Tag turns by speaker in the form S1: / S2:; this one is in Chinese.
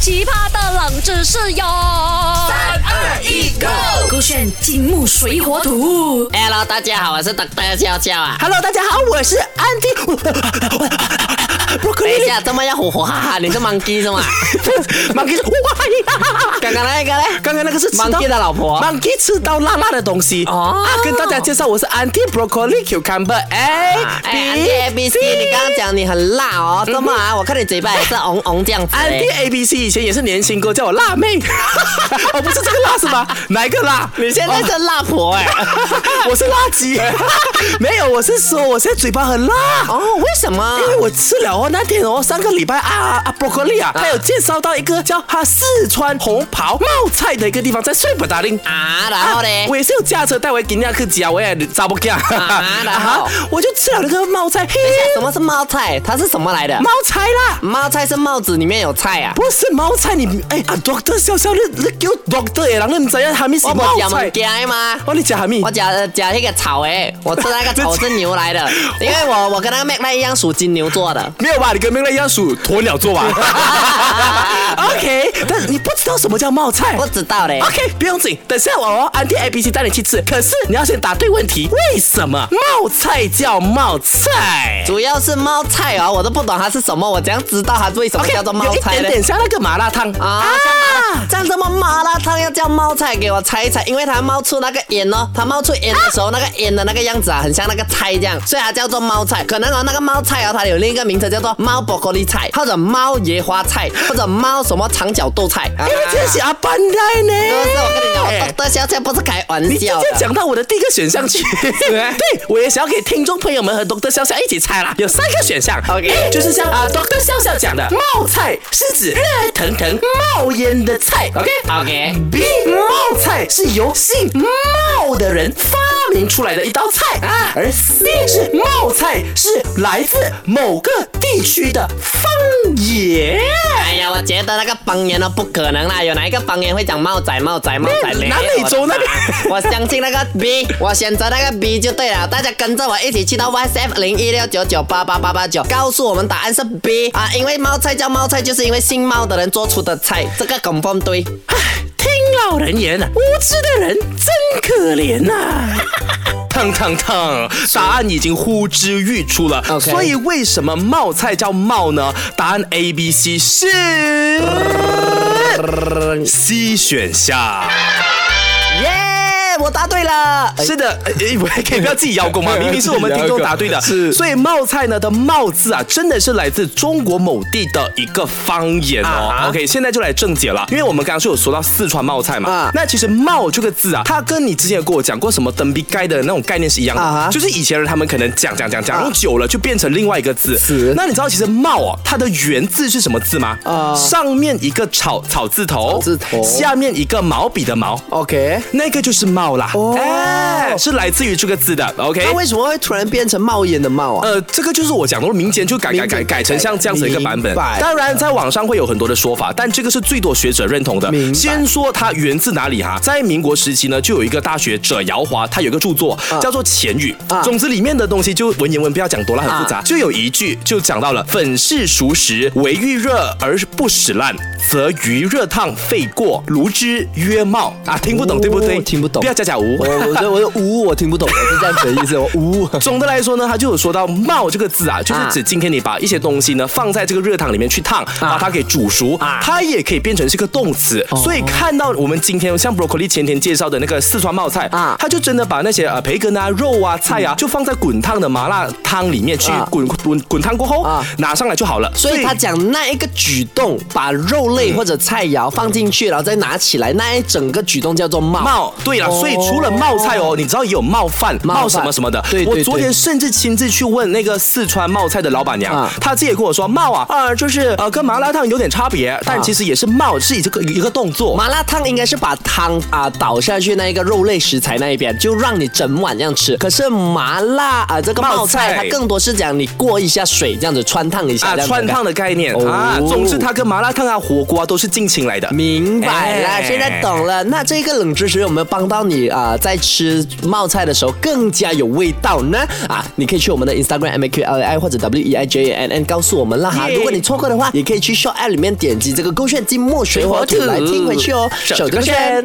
S1: 奇葩的冷知识哟！三
S2: 二一，Go！
S1: 勾选金木水火土。
S3: Hello，大家好，我是 Dr. 笑笑啊。
S2: Hello，大家好，我是安 迪。不可
S3: 等一
S2: 以，
S3: 下，怎么要火火哈哈？你是 monkey 是吗？
S2: 马给是哇！
S3: 刚刚那个嘞？
S2: 刚刚那个是吃到
S3: monkey 的老婆。
S2: Monkey 吃到辣辣的东西
S3: 哦
S2: 啊！跟大家介绍，我是 Anti Broccoli Cucumber A
S3: 哎
S2: B
S3: ，A B C，你刚刚讲你很辣哦，怎么啊？我看你嘴巴也是红红这样子嘞。
S2: Anti A B C 以前也是年轻哥，叫我 辣妹。哦，不是这个辣是吗？哪一个辣？哦
S3: 你现在是辣婆哎。
S2: 我是辣 鸡，没有，我是说我现在嘴巴很辣。
S3: 哦，为什么？
S2: 因为我吃了哦，那天哦，上个礼拜啊啊，broccoli 啊，他有介绍到一个叫他四川红袍冒菜的一个地方，在睡不达令。
S3: 啊，然后嘞
S2: 我，也是有驾车带回给那克家，我也呃找不干。啊
S3: 然后
S2: 我就吃了那个冒菜，嘿，
S3: 什么是冒菜？它是什么来的？
S2: 冒菜啦，
S3: 冒菜是帽子里面有菜啊。
S2: 不是冒菜，你哎啊，doctor 笑笑，你你叫 doctor 诶，然后你怎样还没是
S3: 我不
S2: 冒
S3: 讲
S2: 菜
S3: 物？件吗？
S2: 哦，你讲还没
S3: 我？夹呃夹那个草诶，我吃那个草是牛来 的，因为我我跟那个 Mac 麦一样属金牛座的。
S2: 没有吧？你跟明亮一样属鸵鸟 座吧 ？OK，但是你不知道什么叫冒菜
S3: 不。知道嘞，
S2: OK，不用紧，等下我哦安迪 A B C 带你去吃。可是你要先答对问题，为什么冒菜叫冒菜？
S3: 主要是冒菜哦，我都不懂它是什么，我怎样知道它为什么
S2: OK，
S3: 叫做冒
S2: 有一
S3: 菜
S2: 点
S3: 呢？
S2: 点像那个麻辣烫
S3: 啊，像麻辣，像什么麻辣烫要叫冒菜，给我猜一猜，因为它冒出那个烟哦，它冒出烟的时候，那个烟的那个样子啊，很像那个菜这样，所以它叫做冒菜。可能哦，那个冒菜哦，它有另一个名称叫做猫薄荷菜，或者猫野花菜，或者猫什么长角豆菜。啊
S2: 哎，你这是阿班代呢？
S3: 不是，我跟你讲，我豆笑笑不是开玩
S2: 你直接
S3: 笑的。
S2: 讲到我的第一个选项去， 对我也想要给听众朋友们和 Doctor 笑笑一起猜啦。有三个选项
S3: OK
S2: 哎就是像啊 Doctor 笑笑讲的冒菜是指热腾腾冒烟的菜，OK
S3: OK
S2: B 冒菜是由姓冒的人发明出来的一道菜啊，而 C 是冒菜是来自某个地区的方言。
S3: 哎呀，我觉得那个方言呢哦不可能啦，有哪一个方言会讲猫仔猫仔猫仔？
S2: 那南美洲那边
S3: 我相信那个 B，我选择那个 B 就对了。大家跟着我一起去到 YSF 零一六九九八八八八九，告诉我们答案是 B 啊，因为猫菜叫猫菜，就是因为姓猫的人做出的菜，这个 confirm 对。
S2: 听老人言啊，无知的人真可怜呐、腾腾腾，答案已经呼之欲出了。
S3: OK
S2: 所以为什么冒菜叫冒呢？答案 A、B、C 是 C 选项。
S3: 耶、我答对了。
S2: 是的，哎，哎 我还可以不要自己邀功吗？明明是我们听众答对的，
S4: 是
S2: 所以冒菜呢的冒字啊，真的是来自中国某地的一个方言
S3: 啊
S2: 哦。OK，现在就来正解了，因为我们刚刚是有说到四川冒菜嘛，
S3: 啊
S2: 那其实冒这个字啊，它跟你之前有跟我讲过什么登逼盖的那种概念是一样的，
S3: 啊哈
S2: 就是以前人他们可能讲讲讲讲、久了就变成另外一个字。
S3: 是
S2: 那你知道其实冒哦，它的原字是什么字吗？啊，上面一个草草字头，
S3: 草字头
S2: 下面一个毛笔的毛。
S3: OK，
S4: 哎
S2: 那个就是冒啦，
S3: 哦
S2: 哎，是来自于这个字的，OK。
S3: 那为什么会突然变成冒烟的冒啊？
S2: 呃，这个就是我讲的，民间就改
S3: 民
S2: 改
S3: 间
S2: 改改成像这样子一个版本
S3: 明白。
S2: 当然，在网上会有很多的说法，但这个是最多学者认同的
S3: 明。白
S2: 先说它源自哪里哈、在民国时期呢，就有一个大学者姚华，他有一个著作
S3: 啊
S2: 叫做《钱语》，总之里面的东西就文言文不要讲多了，很
S3: 啊
S2: 复杂。就有一句就讲到了：“粉是熟食，为遇热而不使烂，则于热烫沸过，炉之曰冒。”啊，听不懂对不对？
S4: 哦听不懂
S2: 不要假假无。
S4: 呃
S3: 哦
S4: 我我的我的呜，我听不懂，我是这样子的意思，我呜。
S2: 总的来说呢，它就有说到“冒”这个字啊，就是
S3: 啊
S2: 指今天你把一些东西呢放在这个热汤里面去烫，把它给煮熟，
S3: 啊
S2: 它也可以变成是个动词。
S3: 哦
S2: 所以看到我们今天像 broccoli 前天介绍的那个四川冒菜
S3: 啊嗯
S2: 它就真的把那些呃培根啊、肉啊、菜啊，就放在滚烫的麻辣汤里面去
S3: 啊
S2: 滚滚滚烫过后
S3: 啊
S2: 拿上来就好了。
S3: 所以他讲那一个举动，把肉类或者菜肴放进去，然后再拿起来，那一整个举动叫做冒。
S2: 冒，对了，所以除了冒菜哦，你知道也有冒饭、
S3: 哦冒
S2: 冒
S3: 饭
S2: 什么什么的。
S3: 对对
S2: 我昨天甚至亲自去问那个四川冒菜的老板娘
S3: 啊，
S2: 她自己也跟我说，冒啊，啊，就是呃跟麻辣烫有点差别，
S3: 啊
S2: 但其实也是冒，是一个一个动作。啊
S3: 麻辣烫应该是把汤啊、倒下去那一个肉类食材那一边，就让你整碗这样吃。可是麻辣啊、这个冒
S2: 冒菜
S3: 菜它更多是讲你过一下水这样子穿烫一下
S2: 啊，
S3: 这样子
S2: 川烫的概念啊，
S3: 哦
S2: 总之它跟麻辣烫啊、火锅啊都是近亲来的。
S3: 明白了，
S2: 哎
S3: 现在懂了。那这个冷知识有没有帮到你啊、在吃冒菜的时候更加有味道呢？啊，你可以去我们的 Instagram M A Q L A I 或者 W E I J A N N 告诉我们啦哈。
S2: 耶
S3: 如果你错过的话，也可以去 Show App 里面点击这个勾选金墨水火土来听回去哦。
S2: 手这个圈。